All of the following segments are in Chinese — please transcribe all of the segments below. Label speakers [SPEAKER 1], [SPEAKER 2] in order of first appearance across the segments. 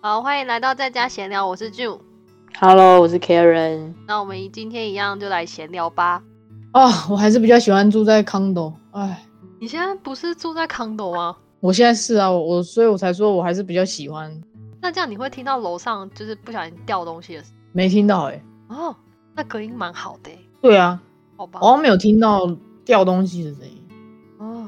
[SPEAKER 1] 好，欢迎来到在家闲聊，我是 June。
[SPEAKER 2] Hello，我是 Karen。
[SPEAKER 1] 那我们今天一样就来闲聊吧。
[SPEAKER 2] 啊、我还是比较喜欢住在 condo。哎，
[SPEAKER 1] 你现在不是住在 condo 吗？
[SPEAKER 2] 我现在是啊，我我所以我才说我还是比较喜欢。
[SPEAKER 1] 那这样你会听到楼上就是不小心掉东西的声
[SPEAKER 2] 没听到哎、
[SPEAKER 1] 哦，那隔音蛮好的欸、
[SPEAKER 2] 对啊，
[SPEAKER 1] 好吧？
[SPEAKER 2] 我好像没有听到掉东西的声音。
[SPEAKER 1] 哦，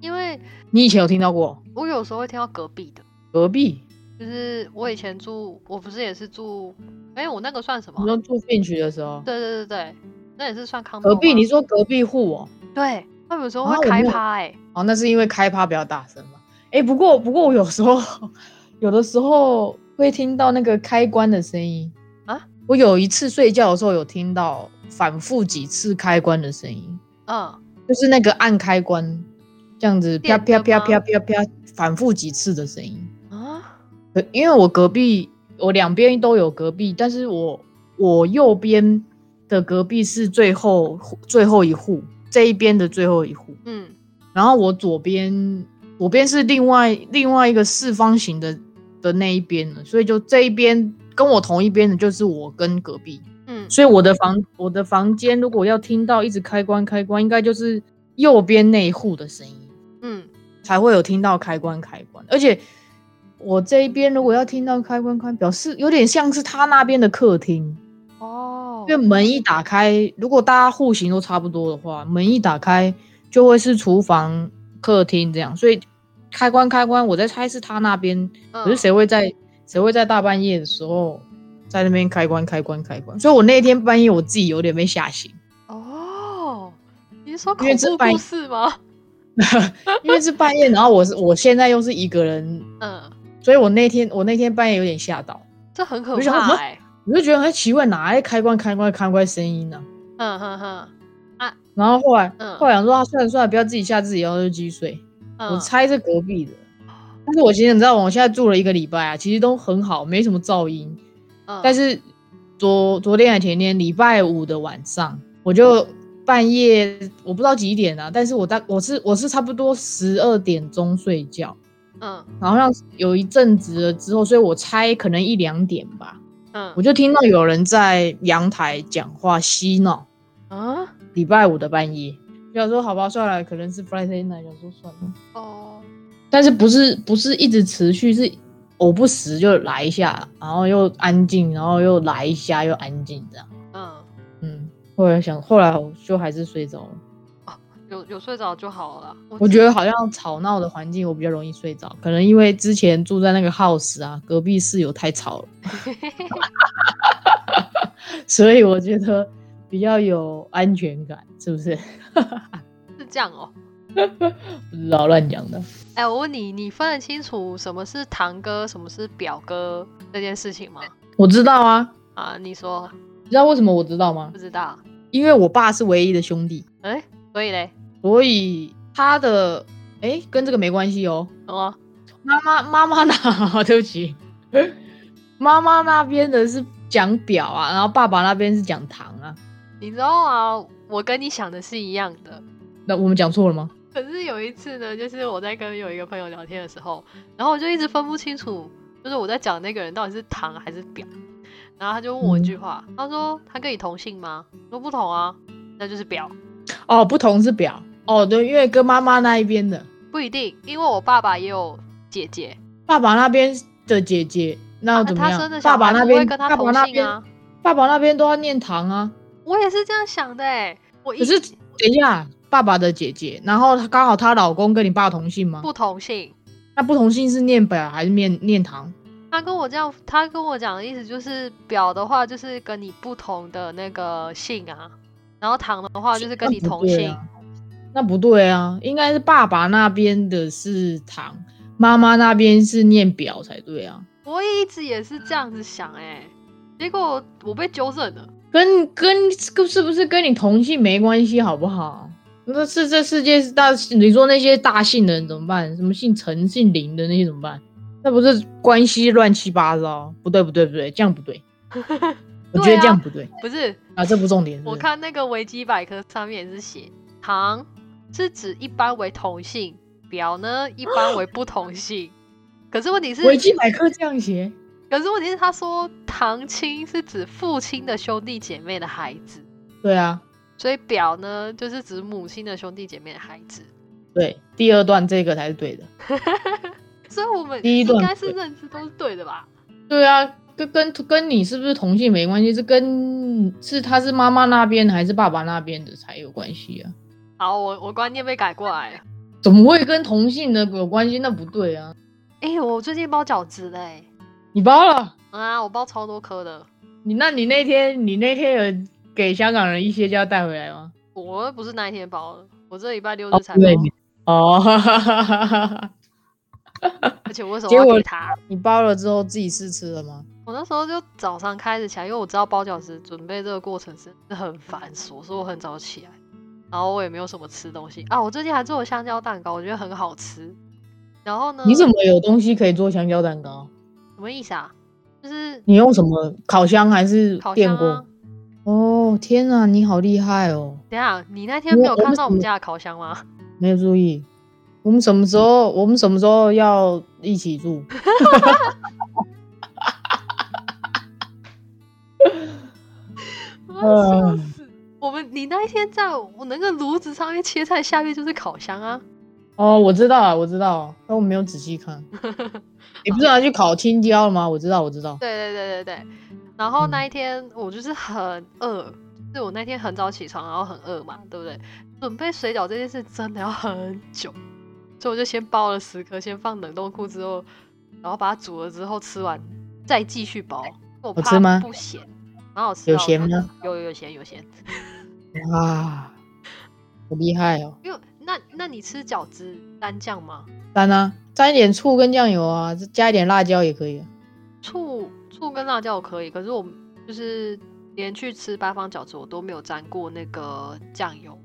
[SPEAKER 1] 因为
[SPEAKER 2] 你以前有听到过？
[SPEAKER 1] 我有时候会听到隔壁的，
[SPEAKER 2] 隔壁，
[SPEAKER 1] 就是我以前住，我不是也是住，哎、我那个算什么
[SPEAKER 2] 你？说住 Finch 的时候，
[SPEAKER 1] 对对对对，那也是算 condo
[SPEAKER 2] 隔壁，
[SPEAKER 1] 吗
[SPEAKER 2] 你说隔壁户哦、
[SPEAKER 1] 对，他们有时候
[SPEAKER 2] 啊
[SPEAKER 1] 会
[SPEAKER 2] 我没
[SPEAKER 1] 开
[SPEAKER 2] 有
[SPEAKER 1] 趴、欸，
[SPEAKER 2] 哦，那是因为开趴比较大声嘛。哎、不过不过我有时候 有的时候会听到那个开关的声音
[SPEAKER 1] 啊。
[SPEAKER 2] 我有一次睡觉的时候有听到反复几次开关的声音。
[SPEAKER 1] 嗯，
[SPEAKER 2] 就是那个按开关这样子啪啪
[SPEAKER 1] 电的
[SPEAKER 2] 啪
[SPEAKER 1] 吗
[SPEAKER 2] 啪啪啪反复几次的声音。
[SPEAKER 1] 啊，
[SPEAKER 2] 可因为我隔壁我两边都有隔壁，但是我我右边的隔壁是最后最后一户，这一边的最后一户，
[SPEAKER 1] 嗯，
[SPEAKER 2] 然后我左边左边是另外另外一个四方形的的那一边了，所以就这一边跟我同一边的就是我跟隔壁。
[SPEAKER 1] 嗯，
[SPEAKER 2] 所以我的房我的房间如果要听到一直开关开关，应该就是右边那一户的声音
[SPEAKER 1] 嗯，
[SPEAKER 2] 才会有听到开关开关。而且我这一边如果要听到开关开关，表示有点像是他那边的客厅，
[SPEAKER 1] 哦
[SPEAKER 2] 因，为门一打开，如果大家户型都差不多的话，门一打开就会是厨房、客厅这样，所以开关开关，我在猜是他那边
[SPEAKER 1] 嗯
[SPEAKER 2] 可是谁会在谁会在大半夜的时候在那边开关开关开关？所以我那天半夜我自己有点被吓醒，
[SPEAKER 1] 嗯？哦，你是说恐
[SPEAKER 2] 因为这
[SPEAKER 1] 怖
[SPEAKER 2] 半
[SPEAKER 1] 故事吗？
[SPEAKER 2] 因为是半夜，然后我是我现在又是一个人，
[SPEAKER 1] 嗯，
[SPEAKER 2] 所以我那天我那天半夜有点吓到，
[SPEAKER 1] 这很可
[SPEAKER 2] 我就想
[SPEAKER 1] 怕
[SPEAKER 2] 说
[SPEAKER 1] 哎、
[SPEAKER 2] 我就觉得很奇怪，哪来开关开关开关声音呢、
[SPEAKER 1] 嗯哼哼，
[SPEAKER 2] 然后后来、
[SPEAKER 1] 嗯
[SPEAKER 2] 后来想说啊，算了算了，不要自己吓自己，然后就继续睡。
[SPEAKER 1] 嗯，
[SPEAKER 2] 我猜是隔壁的。但是我其实你知道吗，我现在住了一个礼拜啊，其实都很好，没什么噪音。
[SPEAKER 1] 嗯，
[SPEAKER 2] 但是昨昨天还前天礼拜五的晚上，我就半夜我不知道几点啊，但是我大我是我是差不多十二点钟睡觉，
[SPEAKER 1] 嗯
[SPEAKER 2] 然后让有一阵子了之后，所以我猜可能一两点吧，
[SPEAKER 1] 嗯，
[SPEAKER 2] 我就听到有人在阳台讲话嬉闹。
[SPEAKER 1] 啊
[SPEAKER 2] 礼拜五的半夜，就想说好吧，算了，可能是 Friday night，想说算了，
[SPEAKER 1] 哦，
[SPEAKER 2] 但是不是不是一直持续，是偶不时就来一下，然后又安静，然后又来一下，又安静这样。
[SPEAKER 1] 嗯，
[SPEAKER 2] 嗯，后来想，后来我就还是睡着了。
[SPEAKER 1] 有有睡着就好了啦。我
[SPEAKER 2] 我觉得好像吵闹的环境我比较容易睡着，可能因为之前住在那个 house 啊，隔壁室友太吵了，所以我觉得比较有安全感，是不是？
[SPEAKER 1] 是这样哦、
[SPEAKER 2] 不知道乱讲的。
[SPEAKER 1] 哎、我问你，你分得清楚什么是堂哥，什么是表哥这件事情吗？
[SPEAKER 2] 我知道啊，
[SPEAKER 1] 啊，你说
[SPEAKER 2] 你知道为什么我知道吗
[SPEAKER 1] 不？知道？
[SPEAKER 2] 因为我爸是唯一的兄弟，
[SPEAKER 1] 哎、所以嘞，
[SPEAKER 2] 所以他的哎跟这个没关系哦。
[SPEAKER 1] 哦，
[SPEAKER 2] 妈妈妈妈那 对不起，妈妈那边的是讲表啊，然后爸爸那边是讲堂啊。
[SPEAKER 1] 你知道啊，我跟你想的是一样的。
[SPEAKER 2] 那我们讲错了吗？
[SPEAKER 1] 可是有一次呢，就是我在跟有一个朋友聊天的时候，然后我就一直分不清楚，就是我在讲那个人到底是堂还是表。然后他就问我一句话，他说他跟你同姓吗？我说不同啊，那就是表，
[SPEAKER 2] 哦，不同是表哦，对，因为跟妈妈那一边的，
[SPEAKER 1] 不一定，因为我爸爸也有姐姐，
[SPEAKER 2] 爸爸那边的姐姐，那
[SPEAKER 1] 那
[SPEAKER 2] 又怎么
[SPEAKER 1] 啊他
[SPEAKER 2] 样？
[SPEAKER 1] 生的小
[SPEAKER 2] 爸
[SPEAKER 1] 孩
[SPEAKER 2] 爸那
[SPEAKER 1] 不会
[SPEAKER 2] 边，
[SPEAKER 1] 跟他
[SPEAKER 2] 爸爸
[SPEAKER 1] 同
[SPEAKER 2] 那
[SPEAKER 1] 姓
[SPEAKER 2] 边，
[SPEAKER 1] 啊。
[SPEAKER 2] 爸爸那边都要念堂啊。
[SPEAKER 1] 我也是这样想的哎、我一
[SPEAKER 2] 可是等一下，爸爸的姐姐，然后她刚好她老公跟你爸同姓吗？
[SPEAKER 1] 不同姓。
[SPEAKER 2] 那不同姓是念表还是念念堂？
[SPEAKER 1] 他跟我这样，他跟我讲的意思就是，表的话就是跟你不同的那个姓啊，然后堂的话就是跟你
[SPEAKER 2] 那不
[SPEAKER 1] 同
[SPEAKER 2] 对
[SPEAKER 1] 姓。
[SPEAKER 2] 啊。那不对啊，应该是爸爸那边的是堂，妈妈那边是念表才对啊。
[SPEAKER 1] 我也一直也是这样子想哎、结果我被纠正了。
[SPEAKER 2] 跟跟是不是跟你同姓没关系，好不好？那是这世界是大，你说那些大姓的人怎么办？什么姓陈、姓林的那些怎么办？那不是关系乱七八糟？不对，不对，不对，这样不对。我觉得这样不对啊
[SPEAKER 1] 不是，
[SPEAKER 2] 这不重点是不是
[SPEAKER 1] 我看那个维基百科上面也是写，堂是指一般为同哦姓，表呢一般为不同姓。可是问题是，
[SPEAKER 2] 维基百科这样写，
[SPEAKER 1] 可是问题是，他说堂亲是指父亲的兄弟姐妹的孩子，
[SPEAKER 2] 对啊，
[SPEAKER 1] 所以表呢就是指母亲的兄弟姐妹的孩子。
[SPEAKER 2] 对，第二段这个才是对的。
[SPEAKER 1] 所以我们
[SPEAKER 2] 第一
[SPEAKER 1] 应
[SPEAKER 2] 段
[SPEAKER 1] 该是认知都是对的吧？
[SPEAKER 2] 对啊，跟跟跟你是不是同性没关系，是跟是他是妈妈那边还是爸爸那边的才有关系啊？
[SPEAKER 1] 好，我我观念被改过来了。
[SPEAKER 2] 怎么会跟同性的有关系？那不对啊！
[SPEAKER 1] 哎、我最近包饺子嘞、
[SPEAKER 2] 你包了，
[SPEAKER 1] 啊，我包超多颗的。
[SPEAKER 2] 你那你那天你那天有给香港人一些就要带回来吗？
[SPEAKER 1] 我不是那一天包的，我这礼拜六日才包，
[SPEAKER 2] 哦对哦，哈哈哈哈哈哈！
[SPEAKER 1] 而且我为什么
[SPEAKER 2] 结
[SPEAKER 1] 要
[SPEAKER 2] 果
[SPEAKER 1] 给他？
[SPEAKER 2] 你包了之后自己试吃了吗？
[SPEAKER 1] 我那时候就早上开始起来，因为我知道包饺子准备这个过程是很繁琐，所以我很早起来，然后我也没有什么吃东西啊。我最近还做了香蕉蛋糕，我觉得很好吃。然后呢？
[SPEAKER 2] 你怎么有东西可以做香蕉蛋糕？
[SPEAKER 1] 什么意思啊？就是
[SPEAKER 2] 你用什么烤箱还是
[SPEAKER 1] 烤
[SPEAKER 2] 电
[SPEAKER 1] 箱
[SPEAKER 2] 锅？
[SPEAKER 1] 啊。
[SPEAKER 2] 哦，天啊，你好厉害哦！
[SPEAKER 1] 等一下，你那天没有
[SPEAKER 2] 我我
[SPEAKER 1] 看
[SPEAKER 2] 为
[SPEAKER 1] 到我
[SPEAKER 2] 什
[SPEAKER 1] 们
[SPEAKER 2] 么
[SPEAKER 1] 家的烤箱吗？
[SPEAKER 2] 没有注意。我们什么时候？我们什么时候要一起住？呃
[SPEAKER 1] 我要笑死！我们你那一天在我那个炉子上面切菜，下面就是烤箱啊。
[SPEAKER 2] 哦，我知道了，我知道啊了，但我没有仔细看。你不是拿去烤青椒了吗？我知道，我知道。
[SPEAKER 1] 对对对对对。然后
[SPEAKER 2] 嗯
[SPEAKER 1] 那一天我就是很饿，就是我那天很早起床，然后很饿嘛，对不对？准备水饺这件事真的要很久，所以我就先包了十颗，先放冷冻库之后，然后把它煮了之后吃完，再继续包。我
[SPEAKER 2] 好
[SPEAKER 1] 怕
[SPEAKER 2] 吃吗
[SPEAKER 1] 不咸，蛮好吃的。啊
[SPEAKER 2] 有咸
[SPEAKER 1] 我觉得
[SPEAKER 2] 吗？
[SPEAKER 1] 有有有咸有咸。
[SPEAKER 2] 哇，好厉害哦！
[SPEAKER 1] 因为那那你吃饺子单酱吗？
[SPEAKER 2] 当然、啊，沾一点醋跟酱油啊，加一点辣椒也可以啊。
[SPEAKER 1] 醋醋跟辣椒我可以，可是我就是连去吃八方饺子，我都没有沾过那个酱油。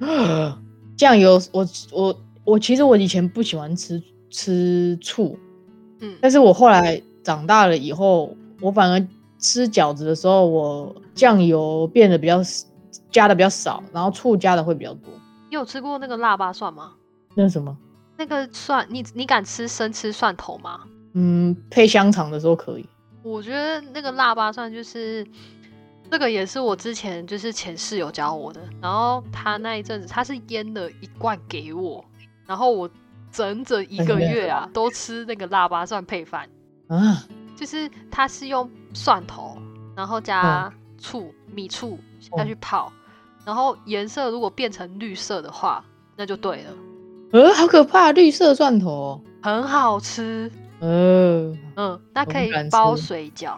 [SPEAKER 2] 啊 酱油，我我我其实我以前不喜欢吃吃醋，
[SPEAKER 1] 嗯，
[SPEAKER 2] 但是我后来长大了以后，我反而吃饺子的时候，我酱油变得比较 s- 加的比较少，然后醋加的会比较多。
[SPEAKER 1] 你有吃过那个腊八蒜吗？
[SPEAKER 2] 那是什么？
[SPEAKER 1] 那个蒜，你你敢吃生吃蒜头吗？
[SPEAKER 2] 嗯，配香肠的时候可以。
[SPEAKER 1] 我觉得那个腊八蒜就是这个，也是我之前就是前室友教我的。然后他那一阵子他是腌了一罐给我，然后我整整一个月啊都吃那个腊八蒜配饭，
[SPEAKER 2] 啊，
[SPEAKER 1] 就是它是用蒜头，然后加醋、米醋下去泡，然后颜色如果变成绿色的话，那就对了，
[SPEAKER 2] 呃，好可怕，绿色蒜头哦、
[SPEAKER 1] 很好吃。
[SPEAKER 2] 呃，
[SPEAKER 1] 嗯，那
[SPEAKER 2] 我
[SPEAKER 1] 可
[SPEAKER 2] 不
[SPEAKER 1] 以
[SPEAKER 2] 敢
[SPEAKER 1] 包
[SPEAKER 2] 吃
[SPEAKER 1] 水饺，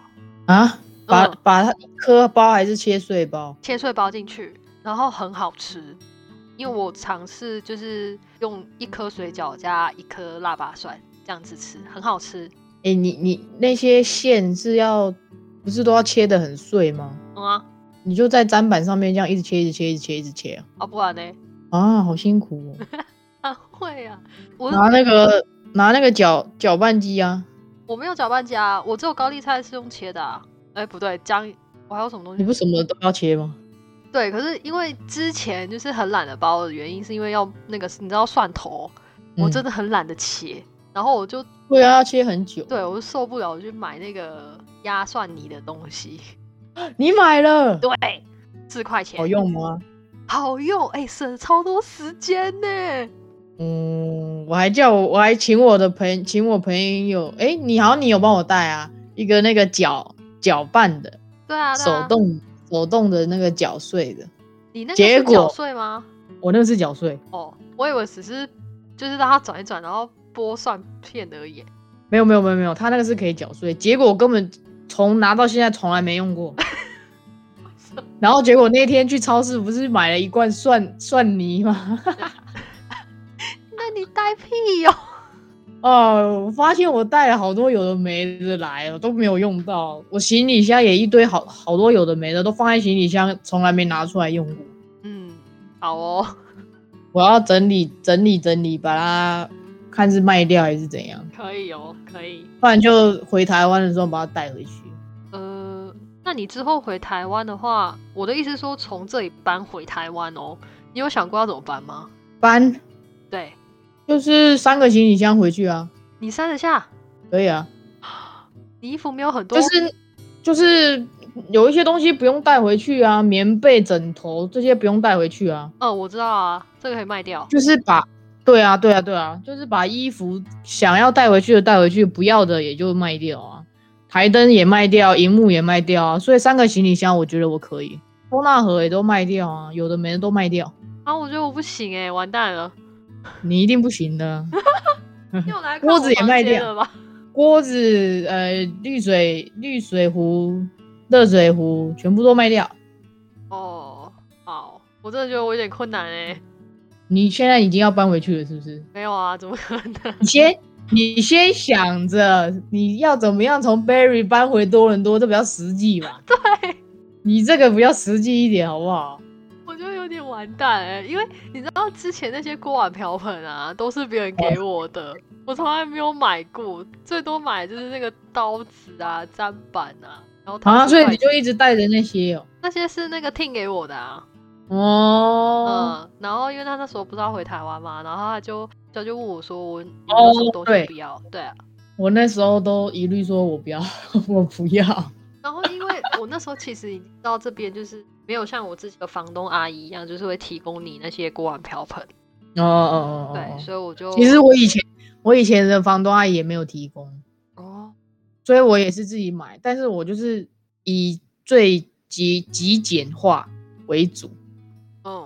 [SPEAKER 2] 啊，把、
[SPEAKER 1] 嗯
[SPEAKER 2] 把它一颗包还是切碎包？
[SPEAKER 1] 切碎包进去，然后很好吃。因为我尝试就是用一颗水饺加一颗腊八蒜这样子吃，很好吃。
[SPEAKER 2] 哎、你你那些馅是要不是都要切的很碎吗？
[SPEAKER 1] 嗯啊，
[SPEAKER 2] 你就在砧板上面这样一直切，一直切，一直切，一直切啊！
[SPEAKER 1] 啊不然呢？
[SPEAKER 2] 啊，好辛苦哦。
[SPEAKER 1] 啊会啊，我
[SPEAKER 2] 拿那个拿那个搅搅拌机啊，
[SPEAKER 1] 我没有搅拌机啊，我只有高丽菜是用切的啊。哎、不对，姜我还有什么东
[SPEAKER 2] 你
[SPEAKER 1] 西？
[SPEAKER 2] 不什么都要切吗？
[SPEAKER 1] 对，可是因为之前就是很懒得包的原因，是因为要那个你知道蒜头，我
[SPEAKER 2] 嗯
[SPEAKER 1] 真的很懒得切，然后我就
[SPEAKER 2] 对啊，要切很久。
[SPEAKER 1] 对我就受不了，我去买那个压蒜泥的东西。
[SPEAKER 2] 你买了，
[SPEAKER 1] 对，四块钱，
[SPEAKER 2] 好用吗？
[SPEAKER 1] 好用，哎、省超多时间呢、
[SPEAKER 2] 嗯，我还叫我我还请我的朋请我朋友，哎、你好，你有帮我带啊，一个那个搅搅拌的，
[SPEAKER 1] 对啊，对啊
[SPEAKER 2] 手动手动的那个搅碎的，
[SPEAKER 1] 你那个
[SPEAKER 2] 结
[SPEAKER 1] 是缴
[SPEAKER 2] 果
[SPEAKER 1] 税吗？
[SPEAKER 2] 我那个是搅碎，
[SPEAKER 1] 哦，我以为只是就是让它转一转，然后剥蒜片而已。
[SPEAKER 2] 没有没有没有没有，他那个是可以搅碎，结果我根本从拿到现在从来没用 过。然后结果那天去超市不是买了一罐蒜蒜泥吗？
[SPEAKER 1] 那你呆屁哟、
[SPEAKER 2] 哦，我发现我带了好多有的没的来，我都没有用到。我行李箱也一堆好好多有的没的，都放在行李箱，从来没拿出来用过。
[SPEAKER 1] 嗯，好哦，
[SPEAKER 2] 我要整理整理整理，把它看是卖掉还是怎样，
[SPEAKER 1] 可以哦，可以。
[SPEAKER 2] 不然就回台湾的时候把它带回去。
[SPEAKER 1] 呃，那你之后回台湾的话，我的意思是说从这里搬回台湾哦，你有想过要怎么搬吗？
[SPEAKER 2] 搬
[SPEAKER 1] 对
[SPEAKER 2] 就是三个行李箱回去啊，
[SPEAKER 1] 你塞得下，
[SPEAKER 2] 可以啊。
[SPEAKER 1] 你衣服没有很多，
[SPEAKER 2] 就是就是有一些东西不用带回去啊，棉被、枕头这些不用带回去啊，
[SPEAKER 1] 嗯，我知道啊，这个可以卖掉。
[SPEAKER 2] 就是把对啊对啊对啊，就是把衣服想要带回去的带回去，不要的也就卖掉啊，台灯也卖掉，荧幕也卖掉啊，所以三个行李箱我觉得我可以，收纳盒也都卖掉啊，有的没的都卖掉，
[SPEAKER 1] 啊，我觉得我不行哎、完蛋了，
[SPEAKER 2] 你一定不行的。
[SPEAKER 1] 又来
[SPEAKER 2] 锅子也卖掉
[SPEAKER 1] 掉了吧？
[SPEAKER 2] 锅子、呃，滤水、滤水壶、热水壶全部都卖掉。
[SPEAKER 1] 哦，好，我真的觉得我有点困难哎、
[SPEAKER 2] 你现在已经要搬回去了，是不是？
[SPEAKER 1] 没有啊，怎么可能？
[SPEAKER 2] 你先，你先想着你要怎么样从 Barry 搬回多伦多，这比较实际 吧？
[SPEAKER 1] 对，
[SPEAKER 2] 你这个比较实际一点，好不好？
[SPEAKER 1] 我觉得有点完蛋哎、因为你知道之前那些锅碗瓢盆啊，都是别人给我的，我从来没有买过，最多买就是那个刀子啊、砧板啊，然后
[SPEAKER 2] 啊，
[SPEAKER 1] 它
[SPEAKER 2] 所以你就一直带着那些哦。
[SPEAKER 1] 那些是那个 Tin 给我的啊，
[SPEAKER 2] 哦，
[SPEAKER 1] 嗯，然后因为他那时候不是要回台湾嘛，然后他就他就问我说我有没有什么
[SPEAKER 2] 哦
[SPEAKER 1] 东
[SPEAKER 2] 对
[SPEAKER 1] 西不要，对啊，
[SPEAKER 2] 我那时候都一律说我不要， 我不要。
[SPEAKER 1] 然后因为我那时候其实已经到这边就是没有像我自己的房东阿姨一样，就是会提供你那些锅碗瓢盆，
[SPEAKER 2] 哦哦哦
[SPEAKER 1] 对，
[SPEAKER 2] 哦哦。
[SPEAKER 1] 所以我就
[SPEAKER 2] 其实我以前，我以前的房东阿姨也没有提供。
[SPEAKER 1] 哦，
[SPEAKER 2] 所以我也是自己买，但是我就是以最极极简化为主。哦
[SPEAKER 1] 嗯，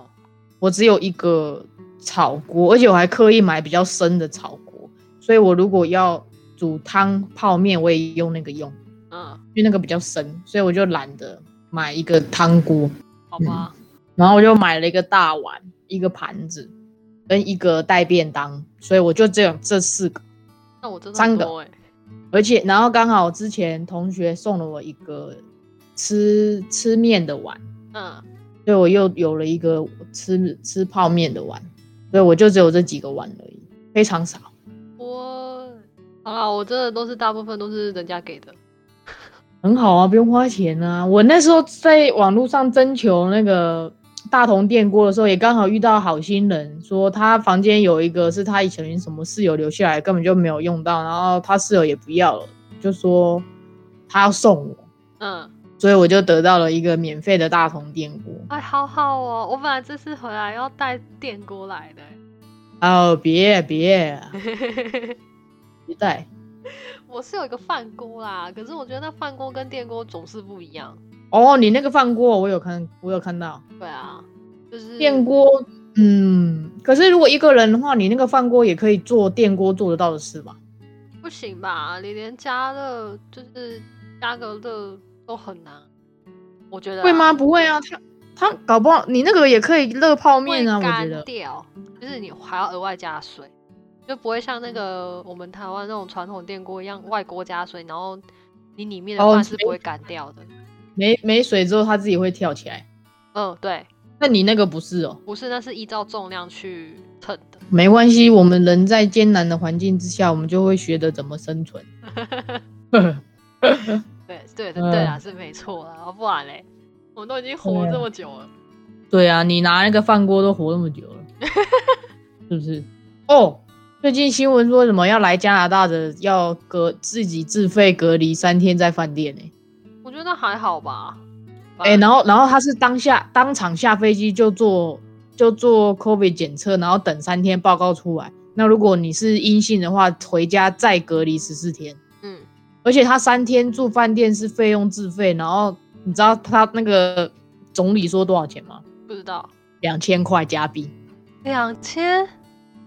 [SPEAKER 2] 我只有一个炒锅，而且我还刻意买比较深的炒锅，所以我如果要煮汤泡面，我也用那个用，
[SPEAKER 1] 嗯，
[SPEAKER 2] 因为那个比较深，所以我就懒得买一个汤锅，
[SPEAKER 1] 好
[SPEAKER 2] 嗯
[SPEAKER 1] 吧，
[SPEAKER 2] 然后我就买了一个大碗、一个盘子跟一个带便当，所以我就这样这四个。
[SPEAKER 1] 那我真的
[SPEAKER 2] 三
[SPEAKER 1] 很
[SPEAKER 2] 个
[SPEAKER 1] 多哎、
[SPEAKER 2] 而且然后刚好之前同学送了我一个吃吃面的碗，
[SPEAKER 1] 嗯，
[SPEAKER 2] 所以我又有了一个吃吃泡面的碗，所以我就只有这几个碗而已，非常少。
[SPEAKER 1] 我好啦，我真的都是大部分都是人家给的，
[SPEAKER 2] 很好啊，不用花钱啊。我那时候在网络上征求那个大同电锅的时候，也刚好遇到好心人，说他房间有一个是他以前什么室友留下来，根本就没有用到，然后他室友也不要了，就说他要送我。
[SPEAKER 1] 嗯，
[SPEAKER 2] 所以我就得到了一个免费的大同电锅。
[SPEAKER 1] 哎，好好哦，我本来这次回来要带电锅来的、
[SPEAKER 2] 哦，别别
[SPEAKER 1] 欸
[SPEAKER 2] 别带
[SPEAKER 1] 我是有一个饭锅啦，可是我觉得那饭锅跟电锅总是不一样。
[SPEAKER 2] 哦，你那个饭锅我有看，我有看到
[SPEAKER 1] 对啊，就是
[SPEAKER 2] 电锅。嗯，可是如果一个人的话，你那个饭锅也可以做电锅做得到的事吧？
[SPEAKER 1] 不行吧？你连加热就是加个热都很难，我觉得、
[SPEAKER 2] 会吗？？不会啊，他他搞不好你那个也可以热泡面啊，我
[SPEAKER 1] 会
[SPEAKER 2] 觉
[SPEAKER 1] 干
[SPEAKER 2] 得。
[SPEAKER 1] 掉，就是你还要额外加水，就不会像那个我们台湾那种传统电锅一样，外锅加水，然后你里面的
[SPEAKER 2] 哦
[SPEAKER 1] 饭是
[SPEAKER 2] 所以
[SPEAKER 1] 不会干掉的。
[SPEAKER 2] 没没水之后它自己会跳起来，
[SPEAKER 1] 嗯，对，
[SPEAKER 2] 那你那个不是哦？
[SPEAKER 1] 不是，那是依照重量去称的。
[SPEAKER 2] 没关系，我们人在艰难的环境之下，我们就会学得怎么 生存。
[SPEAKER 1] 对对
[SPEAKER 2] 嗯
[SPEAKER 1] 对啊，是没错啦，不然嘞，我们都已经活
[SPEAKER 2] 对啊
[SPEAKER 1] 这么久了，
[SPEAKER 2] 对啊，你拿那个饭锅都活那么久 了，是不是？哦，最近新闻说什么要来加拿大的要隔自己自费隔离三天在饭店呢、
[SPEAKER 1] 我觉得还好吧。
[SPEAKER 2] 哎、
[SPEAKER 1] 嗯
[SPEAKER 2] 然后然后他是当下当场下飞机就做就做 COVID 检测，然后等三天报告出来。那如果你是阴性的话，回家再隔离十四天。
[SPEAKER 1] 嗯，
[SPEAKER 2] 而且他三天住饭店是费用自费，然后你知道他那个总理说多少钱吗？
[SPEAKER 1] 不知道
[SPEAKER 2] 两千块加币。
[SPEAKER 1] 两千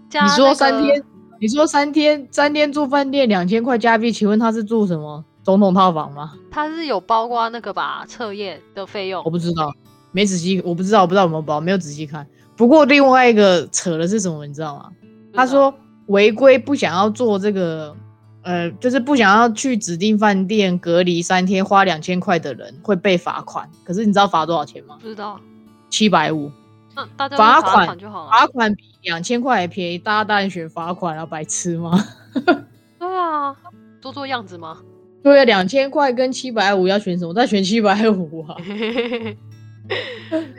[SPEAKER 1] 加、
[SPEAKER 2] 你说三天，，你说三天，三天住饭店两千块加币，请问他是住什么总统套房吗？
[SPEAKER 1] 它是有包括那个吧测验的费用
[SPEAKER 2] 我不知道，没仔细，我不知道，我不知道有没有包，没有仔细看。不过另外一个扯的是什么，你知道吗？他说违规不想要做这个，呃，就是不想要去指定饭店隔离三天，花两千块的人会被罚款。可是你知道罚多少钱吗
[SPEAKER 1] 不？知道，
[SPEAKER 2] 七百五，
[SPEAKER 1] 那大家
[SPEAKER 2] 罚
[SPEAKER 1] 用
[SPEAKER 2] 款
[SPEAKER 1] 款就好
[SPEAKER 2] 罚
[SPEAKER 1] 了。
[SPEAKER 2] 款比两千块还便宜，大家当然选罚款啊，白痴吗？
[SPEAKER 1] 对啊，做做样子吗？
[SPEAKER 2] 对啊，两千块跟七百五要选什么？再选七百五啊，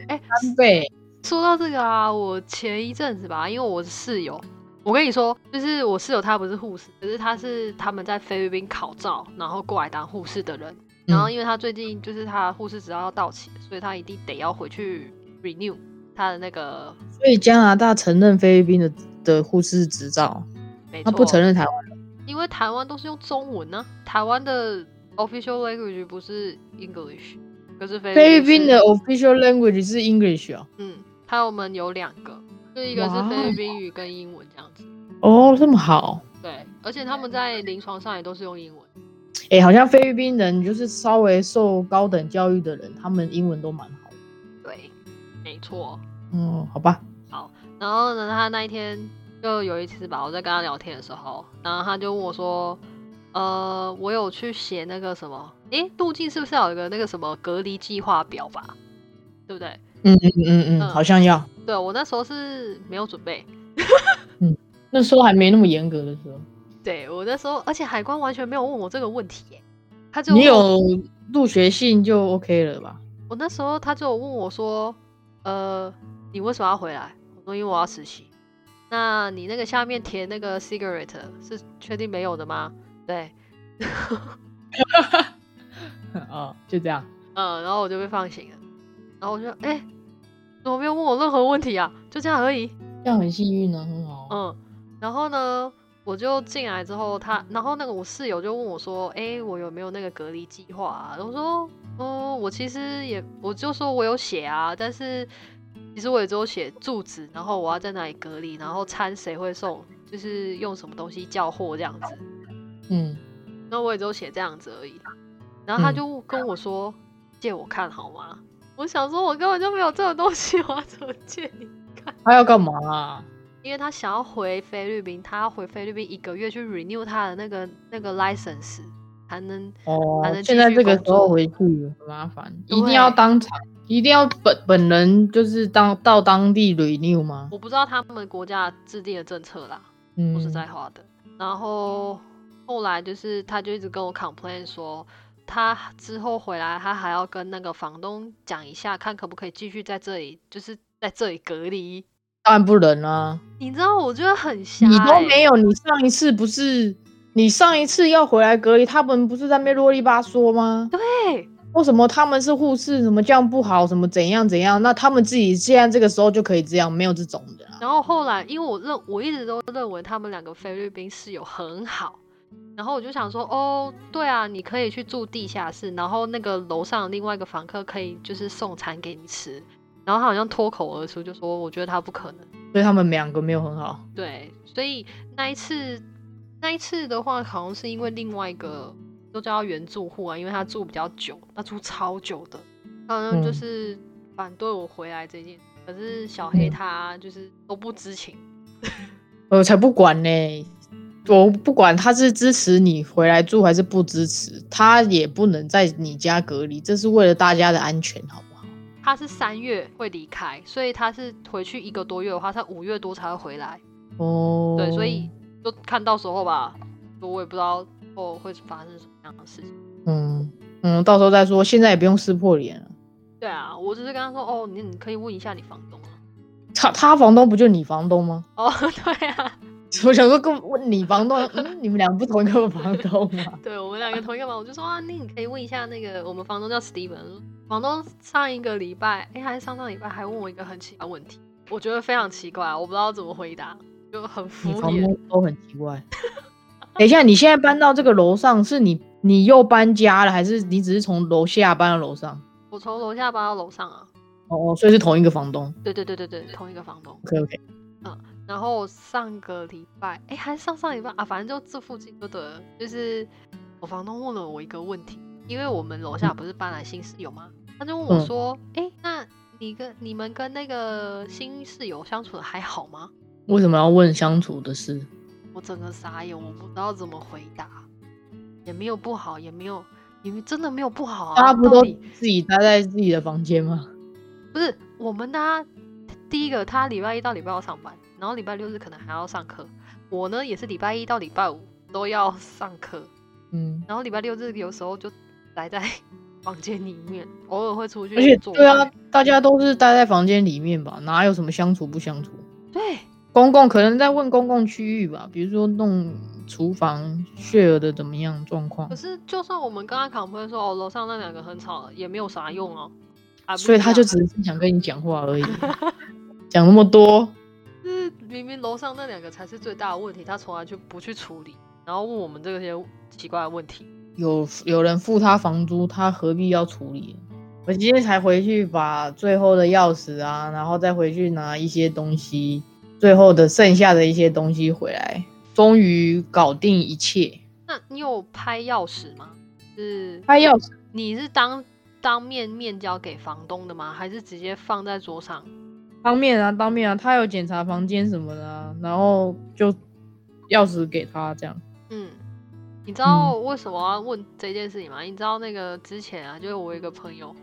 [SPEAKER 1] 哎、
[SPEAKER 2] 三倍。
[SPEAKER 1] 说到这个啊，我前一阵子吧，因为我是室友，我跟你说，就是我室友她不是护士，可是她是他们在菲律宾考照，然后过来当护士的人。然
[SPEAKER 2] 嗯
[SPEAKER 1] 后因为她最近就是她护士执照要到期，所以她一定得要回去 renew 她的那个。
[SPEAKER 2] 所以加拿大承认菲律宾的的护士执照，
[SPEAKER 1] 没
[SPEAKER 2] 他
[SPEAKER 1] 错，
[SPEAKER 2] 不承认台湾。
[SPEAKER 1] 因为台湾都是用中文呢、台湾的 official language 不是 English，可是菲
[SPEAKER 2] 菲律
[SPEAKER 1] 宾
[SPEAKER 2] 宾的
[SPEAKER 1] 是
[SPEAKER 2] official language 是 English 啊。
[SPEAKER 1] 嗯，还有我们有两个，就一个是
[SPEAKER 2] 哇
[SPEAKER 1] 菲律宾语跟英文这样子。
[SPEAKER 2] 哦，这么好。
[SPEAKER 1] 对，而且他们在临床上也都是用英文。
[SPEAKER 2] 哎、好像菲律宾人就是稍微受高等教育的人，他们英文都蛮好的。
[SPEAKER 1] 对，没错。
[SPEAKER 2] 嗯，好吧。
[SPEAKER 1] 然后呢，他那一天就有一次吧，我在跟他聊天的时候，然后他就问我说：“呃，我有去写那个什么，诶，入境是不是要有一个那个什么隔离计划表吧？对不对？
[SPEAKER 2] 嗯嗯嗯嗯，
[SPEAKER 1] 嗯
[SPEAKER 2] 好像要。
[SPEAKER 1] 对我那时候是没有准备，
[SPEAKER 2] 那时候还没那么严格的时候，
[SPEAKER 1] 对我那时候，而且海关完全没有问我这个问题、耶他就
[SPEAKER 2] 你
[SPEAKER 1] 问我
[SPEAKER 2] 有入学信就 OK 了吧？
[SPEAKER 1] 我那时候他就有问我说，呃，你为什么要回来？我说因为我要实习。那你那个下面填那个 cigarette 是确定没有的吗？对，
[SPEAKER 2] 哦，就这样。
[SPEAKER 1] 嗯，然后我就被放行了。然后我就哎、怎么没有问我任何问题啊？就这样而已。
[SPEAKER 2] 这样很幸运呢、很好啊。
[SPEAKER 1] 嗯，然后呢，我就进来之后他，然后那个我室友就问我说：“哎、我有没有那个隔离计划、啊？”然后我说：“嗯，我其实也，我就说我有写啊，但是其实我也只有写住址，然后我要在哪里隔离，然后餐谁会送，就是用什么东西叫货这样子。
[SPEAKER 2] 嗯，
[SPEAKER 1] 那我也只有写这样子而已。”然后他
[SPEAKER 2] 嗯
[SPEAKER 1] 就跟我说：“借我看好吗？”我想说，我根本就没有这种东西， 我要怎么借你？
[SPEAKER 2] 他要干嘛、啊？
[SPEAKER 1] 因为他想要回菲律宾，他要回菲律宾一个月去 renew 他的那个那个 license，才能
[SPEAKER 2] 哦
[SPEAKER 1] 还能，继
[SPEAKER 2] 现在
[SPEAKER 1] 续
[SPEAKER 2] 这个
[SPEAKER 1] 工
[SPEAKER 2] 时候
[SPEAKER 1] 作
[SPEAKER 2] 回去很麻烦，一
[SPEAKER 1] 对
[SPEAKER 2] 定要当场，一定要本本人就是当到当地 renew 吗？
[SPEAKER 1] 我不知道他们国家制定的政策啦，
[SPEAKER 2] 嗯，
[SPEAKER 1] 说实在话的。然后后来就是他就一直跟我 complain 说，他之后回来他还要跟那个房东讲一下，看可不可以继续在这里，就是在这里隔离。
[SPEAKER 2] 当然不能啊，
[SPEAKER 1] 你知道，我觉得很瞎、
[SPEAKER 2] 你都
[SPEAKER 1] 欸
[SPEAKER 2] 没有，你上一次不是你上一次要回来隔离，他们不是在那边啰里吧嗦吗？
[SPEAKER 1] 对
[SPEAKER 2] 为什么他们是护士，什么这样不好，什么怎样怎样？那他们自己现在这个时候就可以这样，没有这种的、啊。
[SPEAKER 1] 然后后来，因为我认我一直都认为他们两个菲律宾室友很好，然后我就想说，哦，对啊，你可以去住地下室，然后那个楼上另外一个房客可以就是送餐给你吃。然后他好像脱口而出就说，我觉得他不可能。
[SPEAKER 2] 所以他们两个没有很好。
[SPEAKER 1] 对，所以那一次那一次的话，好像是因为另外一个都叫他原住户啊，因为他住比较久，他住超久的，他好像就
[SPEAKER 2] 嗯
[SPEAKER 1] 是反对我回来这件事。可是小黑
[SPEAKER 2] 嗯
[SPEAKER 1] 他就是都不知情。
[SPEAKER 2] 我才不管呢、我不管他是支持你回来住还是不支持，他也不能在你家隔离，这是为了大家的安全，好不好？
[SPEAKER 1] 他是三月会离开，所以他是回去一个多月的话，他五月多才会回来。
[SPEAKER 2] 哦，
[SPEAKER 1] 对，所以就看到时候吧，我也不知道后会发生什么样的事情。
[SPEAKER 2] 嗯嗯，到时候再说，现在也不用撕破脸了。
[SPEAKER 1] 对啊，我只是跟他说，哦，你你可以问一下你房东啊。
[SPEAKER 2] 他他房东不就你房东吗？
[SPEAKER 1] 哦， 对啊，
[SPEAKER 2] 我想说跟问你房东，嗯，你们俩不同一个房东 吗？
[SPEAKER 1] 对我们两个同一个嘛，我就说啊，那你可以问一下那个我们房东叫 Steven，房东上一个礼拜，哎，还是上上礼拜还问我一个很奇怪的问题，我觉得非常奇怪，我不知道怎么回答，就很敷
[SPEAKER 2] 你房
[SPEAKER 1] 衍。
[SPEAKER 2] 东都很奇怪。 等一下，你现在搬到这个楼上，是你你又搬家了，还是你只是从楼下搬到楼上？
[SPEAKER 1] 我从楼下搬到楼上啊，
[SPEAKER 2] 哦哦，所以是同一个房东。
[SPEAKER 1] 对对对对对，同一个房东。
[SPEAKER 2] OK OK。
[SPEAKER 1] 然后上个礼拜，哎、还是上上礼拜啊，反正就这附近就对了。就是我房东问了我一个问题，因为我们楼下不是搬来新室友吗？他就问我
[SPEAKER 2] 嗯
[SPEAKER 1] 说：“哎、那你跟你们跟那个新室友相处的还好吗
[SPEAKER 2] 为什么要问相处的事？？”
[SPEAKER 1] 我整个傻眼，我不知道怎么回答，也没有不好，也没有，也没真的没有不好啊。
[SPEAKER 2] 大家不
[SPEAKER 1] 到
[SPEAKER 2] 都
[SPEAKER 1] 底
[SPEAKER 2] 自己待在自己的房间吗？
[SPEAKER 1] 不是我们呢、第一个他礼拜一到礼拜六上班，然后礼拜六日可能还要上课。我呢也是礼拜一到礼拜五都要上课，
[SPEAKER 2] 嗯，
[SPEAKER 1] 然后礼拜六日有时候就待在 房间里面，偶尔会出去
[SPEAKER 2] 而且啊
[SPEAKER 1] 做。
[SPEAKER 2] 对啊，，大家都是待在房间里面吧，哪有什么相处不相处？
[SPEAKER 1] 对，
[SPEAKER 2] 公共可能在问公共区域吧，比如说弄厨房血儿的怎么样状况
[SPEAKER 1] 可，是就算我们跟他 complain 说哦楼上那两个很吵，也没有啥用哦、啊。
[SPEAKER 2] 所以他就只是想跟你讲话而已，讲那么多，
[SPEAKER 1] 是明明楼上那两个才是最大的问题，他从来就不去处理，然后问我们这些奇怪的问题。
[SPEAKER 2] 有有人付他房租，他何必要处理？我今天才回去把最后的钥匙啊，然后再回去拿一些东西，最后的剩下的一些东西回来，终于搞定一切。
[SPEAKER 1] 那你有拍钥匙吗？是
[SPEAKER 2] 拍钥匙
[SPEAKER 1] 你是当当面面交给房东的吗？还是直接放在桌上？
[SPEAKER 2] 当面啊，当面啊，他有检查房间什么的、啊，然后就钥匙给他这样。
[SPEAKER 1] 嗯，你知道为什么要问这件事情吗？你知道那个之前啊，就是我有一个朋友，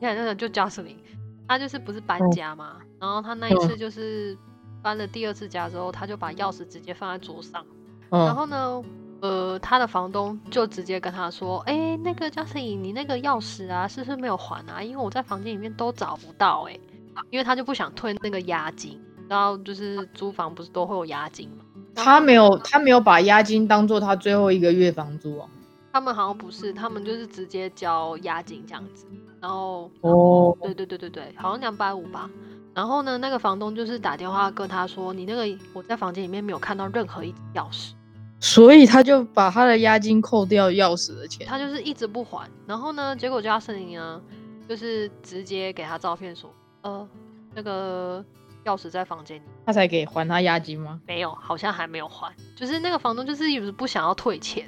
[SPEAKER 1] 你看那个就 j o c e l y n 他就是不是搬家嘛，然后他那一次就是搬了第二次家之后，他就把钥匙直接放在桌上，然
[SPEAKER 2] 嗯，
[SPEAKER 1] 后呢，呃，他的房东就直接跟他说：“哎、那个嘉诚，你那个钥匙啊，是不是没有还啊？因为我在房间里面都找不到、欸，哎，因为他就不想退那个押金，然后就是租房不是都会有押金嘛？
[SPEAKER 2] 他没有，他没有把押金当做他最后一个月房租哦。
[SPEAKER 1] 他们好像不是，他们就是直接交押金这样子，然后
[SPEAKER 2] 哦，
[SPEAKER 1] 对对对对对，好像两百五吧。然后呢，那个房东就是打电话跟他说：“你那个我在房间里面没有看到任何一只钥匙。”
[SPEAKER 2] 所以他就把他的押金扣掉钥匙的钱。
[SPEAKER 1] 他就是一直不还。然后呢，结果加森林呢，就是直接给他照片说，呃，那个钥匙在房间里
[SPEAKER 2] 他才给还他押金吗？
[SPEAKER 1] 没有，好像还没有还。就是那个房东就是有不想要退钱，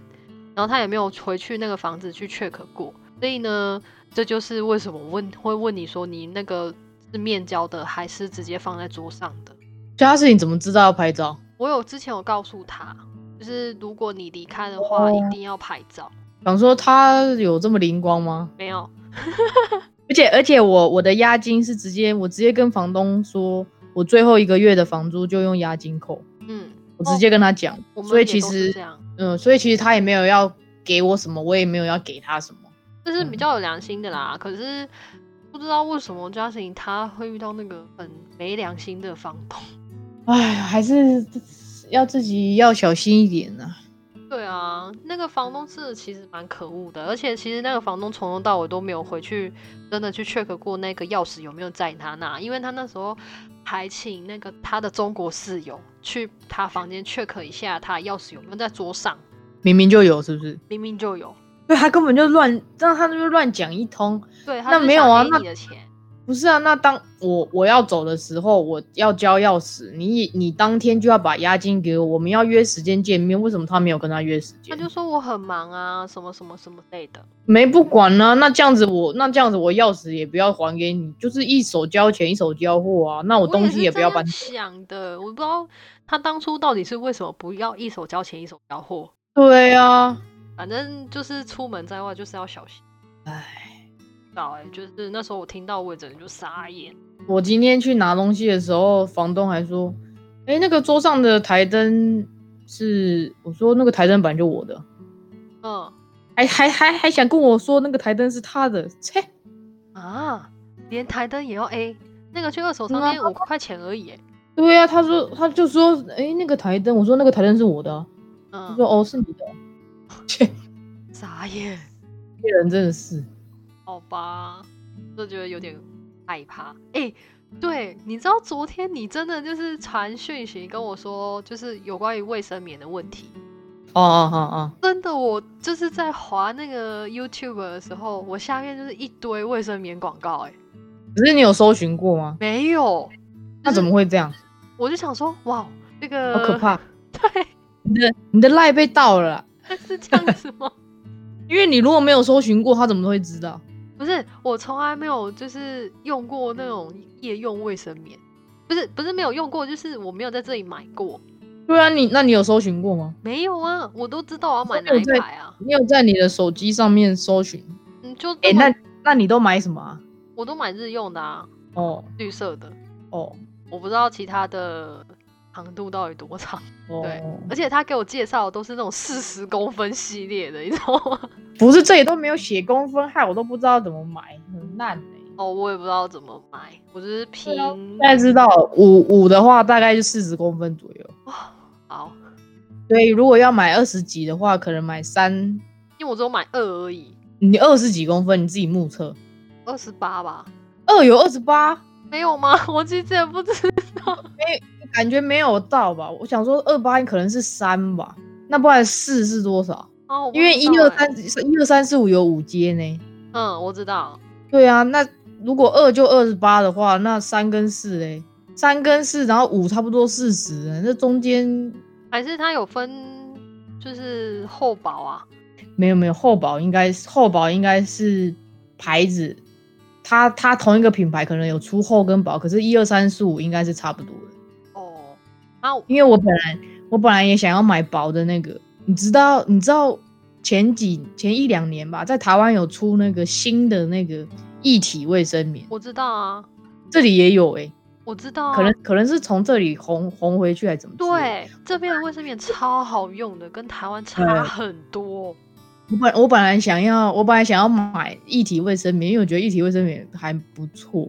[SPEAKER 1] 然后他也没有回去那个房子去 check 过。所以呢，这就是为什么我问会问你说你那个是面交的还是直接放在桌上的。
[SPEAKER 2] 加斯你怎么知道要拍照？
[SPEAKER 1] 我有之前有告诉他，就是如果你离开的话，
[SPEAKER 2] 哦
[SPEAKER 1] 一定要拍照。
[SPEAKER 2] 想说他有这么灵光吗？
[SPEAKER 1] 没有，
[SPEAKER 2] 而且而且我我的押金是直接我直接跟房东说，我最后一个月的房租就用押金扣，
[SPEAKER 1] 嗯，
[SPEAKER 2] 哦我直接跟他讲，
[SPEAKER 1] 我们
[SPEAKER 2] 所以
[SPEAKER 1] 也
[SPEAKER 2] 其
[SPEAKER 1] 都是
[SPEAKER 2] 实
[SPEAKER 1] 这样。
[SPEAKER 2] 嗯，所以其实他也没有要给我什么，我也没有要给他什么。
[SPEAKER 1] 这是
[SPEAKER 2] 嗯
[SPEAKER 1] 比较有良心的啦。可是不知道为什么 Justin 他会遇到那个很没良心的房东。
[SPEAKER 2] 哎，还是要自己要小心一点呐、
[SPEAKER 1] 对啊，那个房东是其实蛮可恶的，而且其实那个房东从头到尾都没有回去真的去 check 过那个钥匙有没有在他那，因为他那时候还请那个他的中国室友去他房间 check 一下他钥匙有没有在桌上，
[SPEAKER 2] 明明就有，是不是？
[SPEAKER 1] 明明就有。
[SPEAKER 2] 对他根本就乱，让他就乱讲一通。
[SPEAKER 1] 对，他
[SPEAKER 2] 那
[SPEAKER 1] 是
[SPEAKER 2] 没有
[SPEAKER 1] 想
[SPEAKER 2] 啊
[SPEAKER 1] 给
[SPEAKER 2] 那
[SPEAKER 1] 你的钱。
[SPEAKER 2] 不是啊，那当我我要走的时候，我要交钥匙，你你当天就要把押金给我，我们要约时间见面，为什么他没有跟他约时
[SPEAKER 1] 他
[SPEAKER 2] 间？
[SPEAKER 1] 就说我很忙啊，什么什么什么类的。
[SPEAKER 2] 没不管呢、那这样子我那这样子我钥匙也不要还给你，就是一手交钱一手交货啊，那我东西
[SPEAKER 1] 哦也是
[SPEAKER 2] 不要
[SPEAKER 1] 这样
[SPEAKER 2] 搬。
[SPEAKER 1] 想的，我不知道他当初到底是为什么不要一手交钱一手交货，
[SPEAKER 2] 对啊，
[SPEAKER 1] 反正就是出门在外就是要小心。
[SPEAKER 2] 唉，
[SPEAKER 1] 不知道哎、就是那时候我听到我也整个就傻眼。
[SPEAKER 2] 我今天去拿东西的时候，房东还说，哎、那个桌上的台灯是，我说那个台灯本来就我的，
[SPEAKER 1] 嗯
[SPEAKER 2] 还还还还想跟我说那个台灯是他的，切。
[SPEAKER 1] 啊，连台灯也要 A，那个去二手商
[SPEAKER 2] 嗯啊
[SPEAKER 1] 店五块钱而已、欸。
[SPEAKER 2] 对呀、啊，他说他就说，哎、那个台灯，我说那个台灯是我的啊、他说
[SPEAKER 1] 嗯，
[SPEAKER 2] 哦是你的啊，切，
[SPEAKER 1] 傻眼，
[SPEAKER 2] 这人真的是，
[SPEAKER 1] 好吧，就觉得有点害怕。哎、对，你知道昨天你真的就是传讯息跟我说，就是有关于卫生棉的问题。
[SPEAKER 2] 哦哦哦哦，
[SPEAKER 1] 真的，我就是在滑那个 YouTube 的时候，我下面就是一堆卫生棉广告、哎，
[SPEAKER 2] 可是你有搜寻过吗？
[SPEAKER 1] 没有，
[SPEAKER 2] 那怎么会这样？
[SPEAKER 1] 我就想说，哇，哦这个
[SPEAKER 2] 好可，怕！
[SPEAKER 1] 对，
[SPEAKER 2] 你的你的赖被盗了啦，
[SPEAKER 1] 是这样子吗？
[SPEAKER 2] 因为你如果没有搜寻过，他怎么会知道？
[SPEAKER 1] 不是，我从来没有就是用过那种夜用卫生棉，不是，不是没有用过，就是我没有在这里买过，
[SPEAKER 2] 对啊，你那你有搜寻过吗？
[SPEAKER 1] 没有啊，我都知道我要买
[SPEAKER 2] 所以
[SPEAKER 1] 哪
[SPEAKER 2] 我
[SPEAKER 1] 一
[SPEAKER 2] 在
[SPEAKER 1] 排啊，
[SPEAKER 2] 你有在你的手机上面搜寻？
[SPEAKER 1] 嗯，就
[SPEAKER 2] 哎、
[SPEAKER 1] 都买
[SPEAKER 2] 那那你都买什么啊？
[SPEAKER 1] 我都买日用的啊，
[SPEAKER 2] 哦
[SPEAKER 1] 绿色的，
[SPEAKER 2] 哦
[SPEAKER 1] 我不知道其他的长度到底多长。对
[SPEAKER 2] 哦，
[SPEAKER 1] 而且他给我介绍的都是那种四十公分系列的，你知道吗？
[SPEAKER 2] 不是这里都没有写公分，害我都不知道怎么买，很烂哎、
[SPEAKER 1] 哦，我也不知道怎么买，我就是凭
[SPEAKER 2] 现在知道五五的话大概就四十公分左右，
[SPEAKER 1] 哦好，
[SPEAKER 2] 所以如果要买二十几的话，可能买三，
[SPEAKER 1] 因为我只有买二而已，
[SPEAKER 2] 你二十几公分你自己目测，
[SPEAKER 1] 二十八吧？
[SPEAKER 2] 二有二十八，
[SPEAKER 1] 没有吗？ 我其实也不知道。
[SPEAKER 2] 感觉没有到吧？我想说二八可能是三吧，那不然四是多少？
[SPEAKER 1] 哦，我不
[SPEAKER 2] 因为
[SPEAKER 1] 知
[SPEAKER 2] 一
[SPEAKER 1] 道
[SPEAKER 2] 二
[SPEAKER 1] 欸，
[SPEAKER 2] 三一二三四五有五阶呢。
[SPEAKER 1] 嗯，我知道，
[SPEAKER 2] 对啊，那如果二就二十八的话，那三跟四嘞，三跟四，然后五差不多四十，那中间
[SPEAKER 1] 还是它有分，就是厚薄啊。
[SPEAKER 2] 没有没有厚薄应该是厚薄应该是牌子，它它同一个品牌可能有出厚跟薄，可是一二三四五应该是差不多的。
[SPEAKER 1] 哦，啊，
[SPEAKER 2] 因为我本来我本来也想要买薄的那个，你知道你知道前几前一两年吧，在台湾有出那个新的那个一体卫生棉，
[SPEAKER 1] 我知道啊，
[SPEAKER 2] 这里也有诶、
[SPEAKER 1] 我知道啊。
[SPEAKER 2] 可能可能是从这里红红回去还是怎么？，
[SPEAKER 1] 对这边的卫生棉超好用的，跟台湾差
[SPEAKER 2] 对
[SPEAKER 1] 很多。
[SPEAKER 2] 我本我本来想要我本来想要买一体卫生棉，因为我觉得一体卫生棉还不错，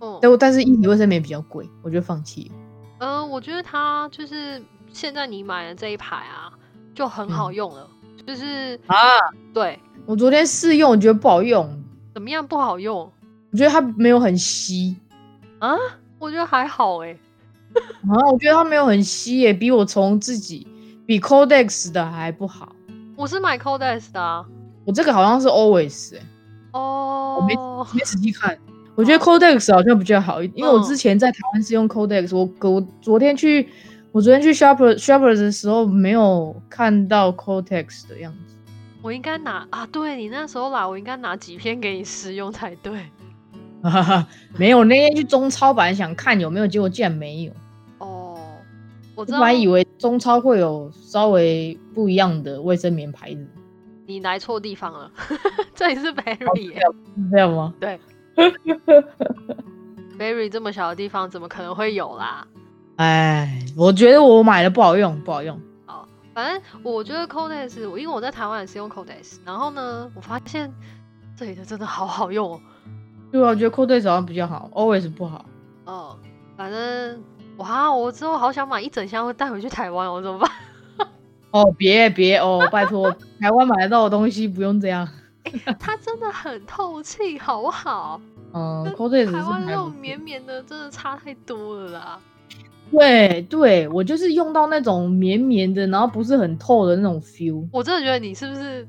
[SPEAKER 1] 嗯，
[SPEAKER 2] 但但是一体卫生棉比较贵，我就放弃了。
[SPEAKER 1] 呃，我觉得它就是现在你买的这一排啊，就很好用了。就是
[SPEAKER 2] 啊，
[SPEAKER 1] 对，
[SPEAKER 2] 我昨天试用，我觉得不好用，
[SPEAKER 1] 怎么样不好用
[SPEAKER 2] 我觉得它没有很吸。
[SPEAKER 1] 啊？我觉得还好哎、
[SPEAKER 2] 啊，我觉得它没有很稀耶，比我从自己比 Codex 的还不好。
[SPEAKER 1] 我是买 Codex 的啊。
[SPEAKER 2] 我这个好像是 Always，、欸、
[SPEAKER 1] 哦，
[SPEAKER 2] 没没仔细看。我觉得 Codex 好像比较好一点，因为我
[SPEAKER 1] 嗯
[SPEAKER 2] 之前在台湾是用 Codex，我我昨天去我昨天去 Shopper Shopper 的时候没有看到 Codex 的样子。
[SPEAKER 1] 我应该拿啊，对你那时候来，我应该拿几篇给你试用才对。
[SPEAKER 2] 哈哈，没有，那天去中超本来想看有没有，结果竟然没有。
[SPEAKER 1] 哦，我
[SPEAKER 2] 我
[SPEAKER 1] 知
[SPEAKER 2] 本
[SPEAKER 1] 道
[SPEAKER 2] 来以为中超会有稍微不一样的卫生棉牌子，
[SPEAKER 1] 你来错地方了， 这里是 Berry，、欸、
[SPEAKER 2] 是这样吗？
[SPEAKER 1] Berry 这么小的地方怎么可能会有啦？
[SPEAKER 2] 哎，我觉得我买的不好用，不好用。
[SPEAKER 1] 反正我觉得 Codex，我因为我在台湾也是用 Codex，然后呢，我发现这里的真的好好用哦。
[SPEAKER 2] 对啊，我觉得 Codex 好像比较好，Always 不好。
[SPEAKER 1] 哦、反正哇，我之后好想买一整箱带回去台湾哦，怎么办？
[SPEAKER 2] 哦，别别哦，拜托，台湾买得到的东西不用这样。
[SPEAKER 1] 它真的很透气，好不好？
[SPEAKER 2] 嗯
[SPEAKER 1] 跟
[SPEAKER 2] ，Codex 是
[SPEAKER 1] 台湾那
[SPEAKER 2] 还不
[SPEAKER 1] 种绵绵的真的差太多了啦。
[SPEAKER 2] 对对，我就是用到那种绵绵的，然后不是很透的那种 feel。
[SPEAKER 1] 我真的觉得你是不是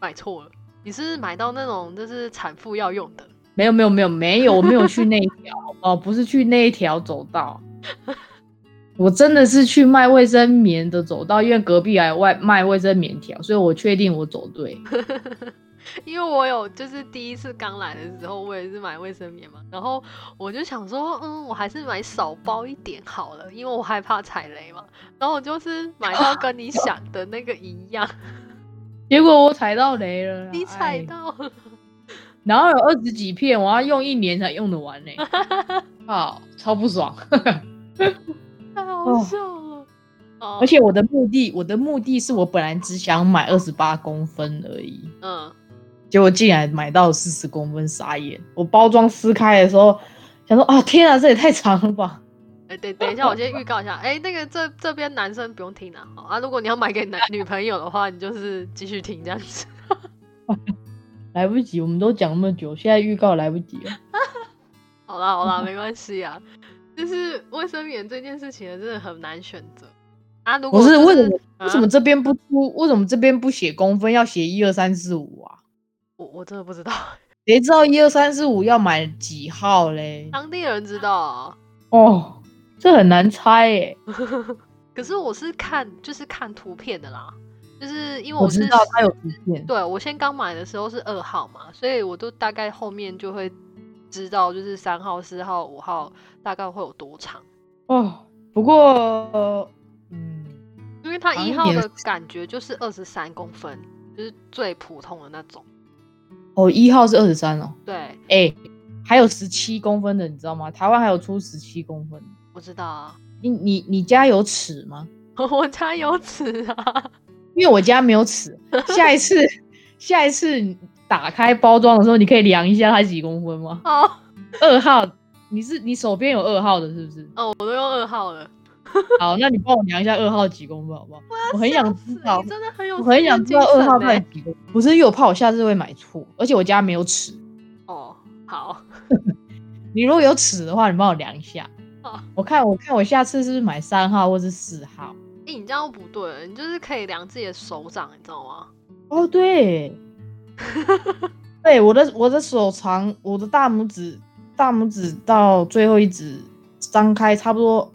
[SPEAKER 1] 买错了？你是不是买到那种就是产妇要用的？
[SPEAKER 2] 没有没有没有没有，我没有去那一条哦，不是去那一条走道。我真的是去卖卫生棉的走道，因为隔壁还有外卖卫生棉条，所以我确定我走对。
[SPEAKER 1] 因为我有就是第一次刚来的时候，我也是买卫生棉嘛，然后我就想说，嗯，我还是买少包一点好了，因为我害怕踩雷嘛。然后我就是买 到跟你想的那个一样，
[SPEAKER 2] 结果我踩到雷了啦，
[SPEAKER 1] 你踩
[SPEAKER 2] 哎
[SPEAKER 1] 到了，
[SPEAKER 2] 然后有二十几片，我要用一年才用得完 呢、好，超不爽。
[SPEAKER 1] 太好笑了。哦
[SPEAKER 2] 而且我的目的，我的目的是我本来只想买二十八公分而已，
[SPEAKER 1] 嗯，
[SPEAKER 2] 结果竟然买到四十公分，傻眼！我包装撕开的时候，想说啊，天啊，这也太长了吧！
[SPEAKER 1] 哎、等等一下，我先预告一下，哎、那个这这边男生不用听啊，好啊，如果你要买给男女朋友的话，你就是继续听这样子。
[SPEAKER 2] 来不及，我们都讲那么久，现在预告来不及了。
[SPEAKER 1] 好啦 好啦，没关系啊。就是卫生棉这件事情真的很难选择啊。如果
[SPEAKER 2] 不是
[SPEAKER 1] 就
[SPEAKER 2] 为什么？
[SPEAKER 1] 啊
[SPEAKER 2] 为什么这边不出？为什么这边不写公分，要写一二三四五啊？
[SPEAKER 1] 我我真的不知道，
[SPEAKER 2] 谁知道一二三四五要买几号嘞？
[SPEAKER 1] 当地人知道啊。
[SPEAKER 2] 哦，这很难猜耶、
[SPEAKER 1] 可是我是看就是看图片的啦，就是因为
[SPEAKER 2] 我
[SPEAKER 1] 是
[SPEAKER 2] 知道它有图片，
[SPEAKER 1] 对我先刚买的时候是二号嘛，所以我都大概后面就会知道就是三号、四号、五号大概会有多长，
[SPEAKER 2] 哦，不过，嗯，
[SPEAKER 1] 因为它
[SPEAKER 2] 长
[SPEAKER 1] 一
[SPEAKER 2] 一
[SPEAKER 1] 号
[SPEAKER 2] 点
[SPEAKER 1] 的感觉就是二十三公分，就是最普通的那种。
[SPEAKER 2] 哦，一号是二十三哦，
[SPEAKER 1] 对，
[SPEAKER 2] 哎、还有十七公分的，你知道吗？台湾还有出十七公分的。
[SPEAKER 1] 我知道啊，
[SPEAKER 2] 你你你家有尺吗？
[SPEAKER 1] 我家有尺啊。
[SPEAKER 2] 因为我家没有尺。下一次，下一次打开包装的时候，你可以量一下它几公分吗？
[SPEAKER 1] 哦
[SPEAKER 2] 二号，你是你手边有二号的，是不是？
[SPEAKER 1] 哦，我都用二号了，
[SPEAKER 2] 好，那你帮我量一下二号几公分好不好？ 我很想知道
[SPEAKER 1] 你，真的很有，
[SPEAKER 2] 我很想知道二号到底
[SPEAKER 1] 对。
[SPEAKER 2] 几公分。不是，因为我怕我下次会买错，而且我家没有尺。
[SPEAKER 1] 哦，好，
[SPEAKER 2] 你如果有尺的话，你帮我量一下
[SPEAKER 1] 好。
[SPEAKER 2] 我看，我看我下次是不是买三号或是四号？
[SPEAKER 1] 哎、你这样不对，你就是可以量自己的手掌，你知道吗？
[SPEAKER 2] 哦，对， 对，我的我的手长，我的大拇指，大拇指到最后一指张开，差不多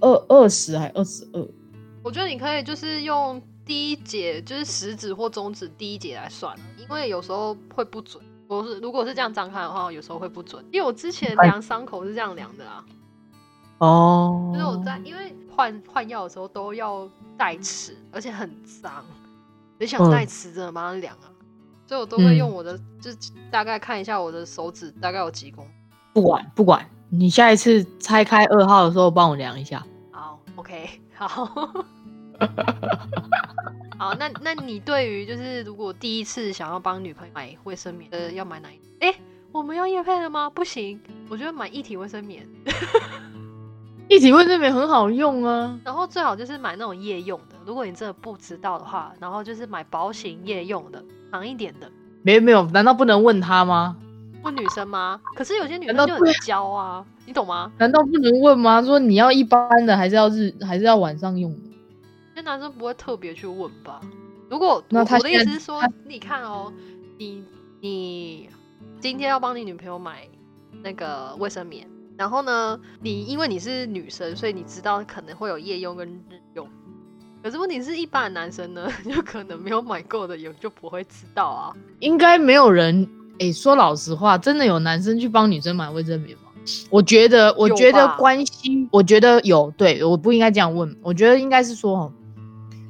[SPEAKER 2] 二二十还二十二。
[SPEAKER 1] 我觉得你可以就是用第一节，就是食指或中指第一节来算，因为有时候会不准。我是如果是这样张开的话，有时候会不准，因为我之前
[SPEAKER 2] 哎
[SPEAKER 1] 量伤口是这样量的啊，
[SPEAKER 2] 哦
[SPEAKER 1] 就是我在因为换换药的时候都要带尺，而且很脏，你想
[SPEAKER 2] 嗯
[SPEAKER 1] 带尺真的马上量啊，所以我都会用我的，就是大概看一下我的手指大概有几公。
[SPEAKER 2] 不管不管，你下一次拆开二号的时候帮我量一下。
[SPEAKER 1] 好，OK，好，好， 那那你对于就是如果第一次想要帮女朋友买卫生棉，呃，要买哪一？哎、我们要夜配了吗？不行，我觉得买一体卫生棉，
[SPEAKER 2] 一体卫生棉很好用啊，
[SPEAKER 1] 然后最好就是买那种夜用的。如果你真的不知道的话，然后就是买薄型夜用的，长一点的。
[SPEAKER 2] 没没有？难道不能问他吗？
[SPEAKER 1] 问女生吗？可是有些女生
[SPEAKER 2] 难道
[SPEAKER 1] 就很
[SPEAKER 2] 对
[SPEAKER 1] 娇啊，你懂吗？
[SPEAKER 2] 难道不能问吗？说你要一般的，还是要日，还是要晚上用的？
[SPEAKER 1] 那男生不会特别去问吧？如果
[SPEAKER 2] 那
[SPEAKER 1] 我
[SPEAKER 2] 他
[SPEAKER 1] 我的意
[SPEAKER 2] 现在
[SPEAKER 1] 思是说
[SPEAKER 2] 他，
[SPEAKER 1] 你看哦，你你今天要帮你女朋友买那个卫生棉，然后呢，你因为你是女生，所以你知道可能会有夜用跟日用。可是问题是一般的男生呢， 就可能没有买过的，有就不会知道啊。
[SPEAKER 2] 应该没有人。哎、说老实话，真的有男生去帮女生买卫生棉吗？我觉得，我
[SPEAKER 1] 有
[SPEAKER 2] 觉得
[SPEAKER 1] 吧
[SPEAKER 2] 关系，我觉得有。对，我不应该这样问。我觉得应该是说，哦，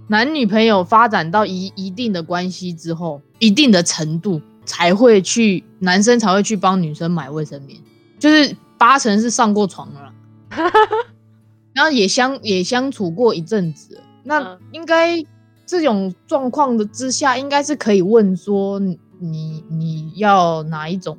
[SPEAKER 2] 男女朋友发展到一一定的关系之后，一定的程度才会去，男生才会去帮女生买卫生棉，就是八成是上过床 了啦，然后也相也相处过一阵子了，那
[SPEAKER 1] 嗯
[SPEAKER 2] 应该这种状况的之下，应该是可以问说你你你要哪一种，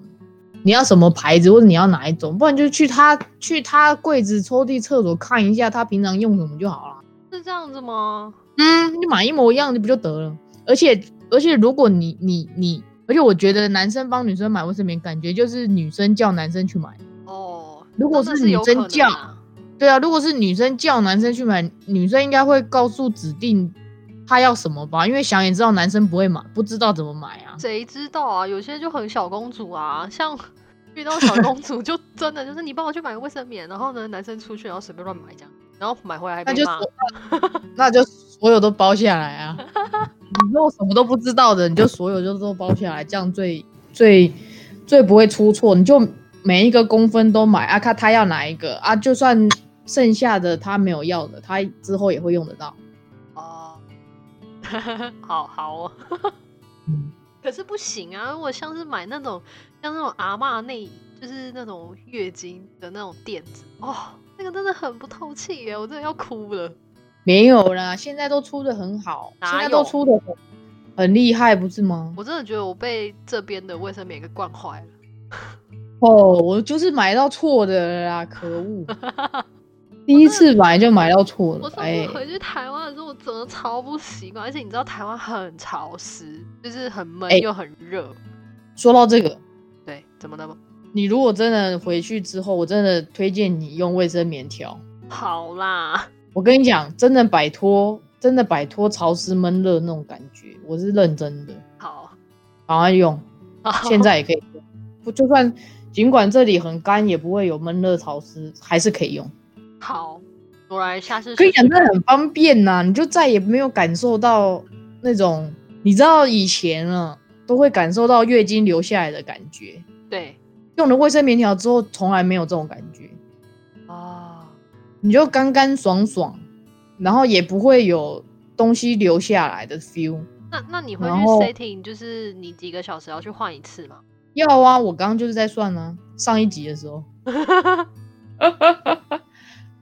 [SPEAKER 2] 你要什么牌子，或者你要哪一种，不然就去他去他柜子、抽屉、厕所看一下他平常用什么就好了。
[SPEAKER 1] 是这样子吗？
[SPEAKER 2] 嗯，你买一模一样的不就得了？而且而且，如果你你你，而且我觉得男生帮女生买卫生棉，感觉就是女生叫男生去买。
[SPEAKER 1] 哦，
[SPEAKER 2] 如果
[SPEAKER 1] 真
[SPEAKER 2] 是
[SPEAKER 1] 的是有
[SPEAKER 2] 女生
[SPEAKER 1] 可能
[SPEAKER 2] 叫
[SPEAKER 1] 啊
[SPEAKER 2] 对啊，如果是女生叫男生去买，女生应该会告诉指定他要什么吧？因为想也知道男生不会买，不知道怎么买啊。
[SPEAKER 1] 谁知道啊？有些就很小公主啊， 像遇到小公主就真的就是你帮我去买个卫生棉，然后呢男生出去然后随便乱买这样，然后买回来还
[SPEAKER 2] 那
[SPEAKER 1] 被
[SPEAKER 2] 就
[SPEAKER 1] 骂。
[SPEAKER 2] 所 那就所有都包下来 啊！你如果什么都不知道的，你就所有就都包下来，这样最最最不会出错。你就每一个公分都买啊，看他要哪一个啊，就算剩下的他没有要的，他之后也会用得到。
[SPEAKER 1] 哦， 好好哦，
[SPEAKER 2] 嗯
[SPEAKER 1] 可是不行啊！如果像是买那种像那种阿嬷内衣，就是那种月经的那种垫子，哦，那个真的很不透气耶，我真的要哭了。
[SPEAKER 2] 没有啦，现在都出的很好，
[SPEAKER 1] 哪
[SPEAKER 2] 现在都
[SPEAKER 1] 有
[SPEAKER 2] 出的很很厉害，不是吗？
[SPEAKER 1] 我真的觉得我被这边的卫生棉给惯坏了。
[SPEAKER 2] 哦，我就是买到错的了啦，可 恶！第一次买就买到错
[SPEAKER 1] 我
[SPEAKER 2] 了，
[SPEAKER 1] 上
[SPEAKER 2] 哎
[SPEAKER 1] 次，回去台湾的时候，我真的超不习惯，而且你知道台湾很潮湿，就是很闷
[SPEAKER 2] 哎
[SPEAKER 1] 又很热。
[SPEAKER 2] 说到这个，
[SPEAKER 1] 对，怎么那么
[SPEAKER 2] 你如果真的回去之后，我真的推荐你用卫生棉条。
[SPEAKER 1] 好啦？
[SPEAKER 2] 我跟你讲，真的摆脱，真的摆脱潮湿闷热那种感觉，我是认真的。
[SPEAKER 1] 好，
[SPEAKER 2] 赶 快用，
[SPEAKER 1] 好
[SPEAKER 2] 现在也可以用。不，就算尽管这里很干，也不会有闷热潮湿，还是可以用。
[SPEAKER 1] 好，我来下次
[SPEAKER 2] 跟你
[SPEAKER 1] 试试
[SPEAKER 2] 讲，真的很方便呐、你就再也没有感受到那种，你知道以前啊，都会感受到月经流下来的感觉。
[SPEAKER 1] 对
[SPEAKER 2] 用了卫生棉条之后，从来没有这种感觉。
[SPEAKER 1] 啊，
[SPEAKER 2] 你就干干爽爽，然后也不会有东西留下来的 feel。
[SPEAKER 1] 那那你会去
[SPEAKER 2] 然后
[SPEAKER 1] setting，就是你几个小时要去换一次吗？
[SPEAKER 2] 要啊，我刚刚就是在算啊，上一集的时候，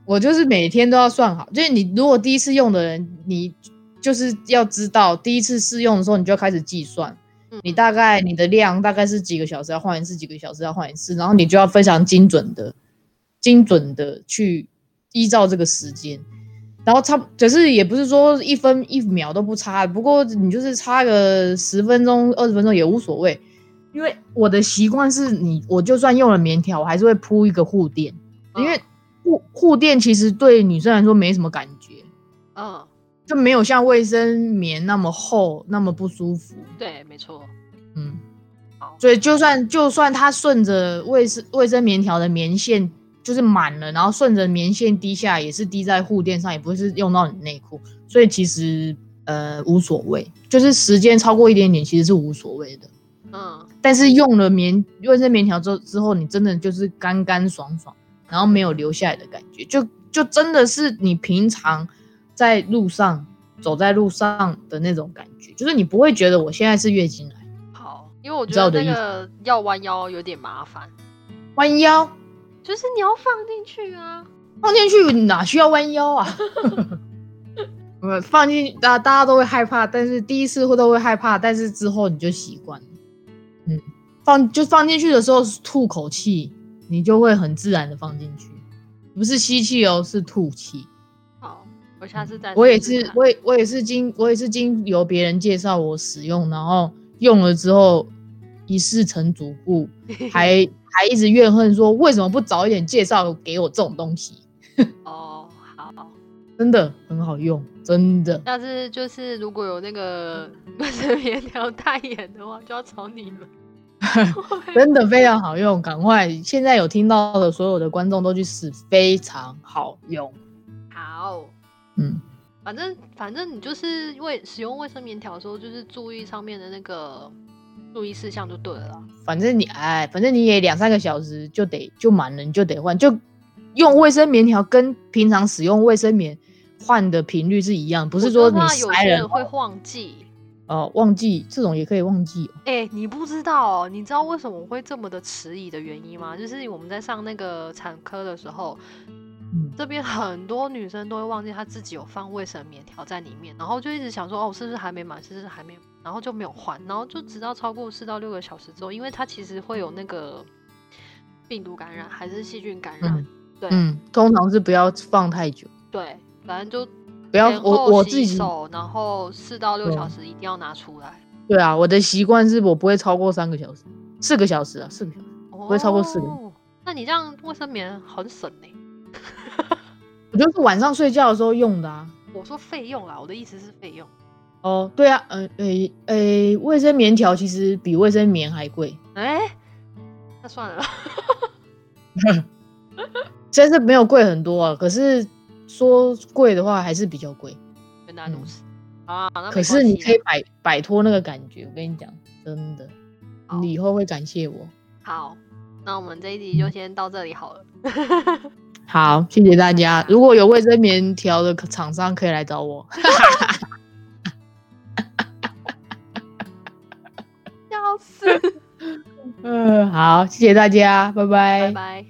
[SPEAKER 2] 我就是每天都要算好。就是你如果第一次用的人，你就是要知道第一次试用的时候，你就要开始计算，
[SPEAKER 1] 嗯
[SPEAKER 2] 你大概你的量大概是几个小时要换一次，几个小时要换一次，然后你就要非常精准的、精准的去依照这个时间，然后差不，只是也不是说一分一秒都不差，不过你就是差个十分钟、二十分钟也无所谓，因为我的习惯是你，我就算用了棉条，我还是会铺一个护垫，
[SPEAKER 1] 嗯
[SPEAKER 2] 因为护护垫其实对女生来说没什么感觉，
[SPEAKER 1] 嗯，
[SPEAKER 2] 就没有像卫生棉那么厚，那么不舒服。
[SPEAKER 1] 对，没错，
[SPEAKER 2] 嗯
[SPEAKER 1] 好，
[SPEAKER 2] 所以就算就算它顺着卫生卫生棉条的棉线就是满了，然后顺着棉线滴下来，也是滴在护垫上，也不是用到你内裤，所以其实呃无所谓，就是时间超过一点点其实是无所谓的。
[SPEAKER 1] 嗯，
[SPEAKER 2] 但是用了棉卫生棉条之后之后，你真的就是干干爽爽，然后没有留下来的感觉，就就真的是你平常在路上走在路上的那种感觉，就是你不会觉得我现在是月经来，
[SPEAKER 1] 好，因为我
[SPEAKER 2] 你
[SPEAKER 1] 觉
[SPEAKER 2] 知道
[SPEAKER 1] 得
[SPEAKER 2] 我的
[SPEAKER 1] 那
[SPEAKER 2] 意思
[SPEAKER 1] 个要弯腰有点麻烦，
[SPEAKER 2] 弯腰
[SPEAKER 1] 就是你要放进去啊，
[SPEAKER 2] 放进去哪需要弯腰啊？呃，放进大大家都会害怕，但是第一次会都会害怕，但是之后你就习惯了。嗯，放就放进去的时候是吐口气，你就会很自然的放进去，不是吸气哦，是吐气。
[SPEAKER 1] 好，我下次再
[SPEAKER 2] 我也
[SPEAKER 1] 试试
[SPEAKER 2] 是
[SPEAKER 1] 看，
[SPEAKER 2] 我也我也是经我也是经由别人介绍我使用，然后用了之后一试成主顾，还还一直怨恨说为什么不早一点介绍给我这种东西，
[SPEAKER 1] 哦，好，
[SPEAKER 2] 真的很好用，真的。
[SPEAKER 1] 下次就是如果有那个卫生棉条代言的话，就要找你们。
[SPEAKER 2] 真的非常好用，赶快！现在有听到的所有的观众都去试，非常好用。
[SPEAKER 1] 好，
[SPEAKER 2] 嗯，
[SPEAKER 1] 反正反正你就是为使用卫生棉条的时候，就是注意上面的那个注意事项就对了啦。
[SPEAKER 2] 反正你哎，反正你也两三个小时就得就满了，你就得换，就用卫生棉条跟平常使用卫生棉换的频率是一样，不
[SPEAKER 1] 不
[SPEAKER 2] 是说你
[SPEAKER 1] 有
[SPEAKER 2] 塞
[SPEAKER 1] 些
[SPEAKER 2] 人
[SPEAKER 1] 人会忘记。
[SPEAKER 2] 哦忘记这种也可以忘记哦。
[SPEAKER 1] 哎、你不知道、哦，你知道为什么我会这么的迟疑的原因吗？就是我们在上那个产科的时候，
[SPEAKER 2] 嗯
[SPEAKER 1] 这边很多女生都会忘记她自己有放卫生棉条在里面，然后就一直想说，哦，是不是还没满？是不是还没满？然后就没有换，然后就直到超过四到六个小时之后，因为它其实会有那个病毒感染还是细菌感染，
[SPEAKER 2] 嗯
[SPEAKER 1] 对、
[SPEAKER 2] 嗯，通常是不要放太久，
[SPEAKER 1] 对，反正就
[SPEAKER 2] 不要
[SPEAKER 1] 前
[SPEAKER 2] 我
[SPEAKER 1] 后
[SPEAKER 2] 我
[SPEAKER 1] 洗
[SPEAKER 2] 自己
[SPEAKER 1] 手，然后四到六
[SPEAKER 2] 对
[SPEAKER 1] 小时一定要拿出来，
[SPEAKER 2] 对啊，我的习惯是我不会超过三个小时，四个小时啊，四个小时
[SPEAKER 1] 不
[SPEAKER 2] 会超过四个
[SPEAKER 1] 哦那你这样卫生棉很省呢、
[SPEAKER 2] 我就是晚上睡觉的时候用的啊。
[SPEAKER 1] 我说费用啦，我的意思是费用。
[SPEAKER 2] 哦，对啊，呃，诶、诶，卫生棉条其实比卫生棉还贵，
[SPEAKER 1] 哎、那算了，
[SPEAKER 2] 虽然是没有贵很多啊，可是说贵的话还是比较贵。
[SPEAKER 1] 原来如此。啊，那没
[SPEAKER 2] 嗯可是
[SPEAKER 1] 关
[SPEAKER 2] 你
[SPEAKER 1] 系
[SPEAKER 2] 可以
[SPEAKER 1] 啦
[SPEAKER 2] 摆摆脱那个感觉，我跟你讲，真的，
[SPEAKER 1] 好
[SPEAKER 2] 你以后会感谢我。
[SPEAKER 1] 好，那我们这一集就先到这里好 了。
[SPEAKER 2] 好，谢谢 大家。如果有卫生棉条的厂商，可以来找我。
[SPEAKER 1] 笑死，
[SPEAKER 2] 嗯，好，谢谢大家，拜
[SPEAKER 1] 拜拜。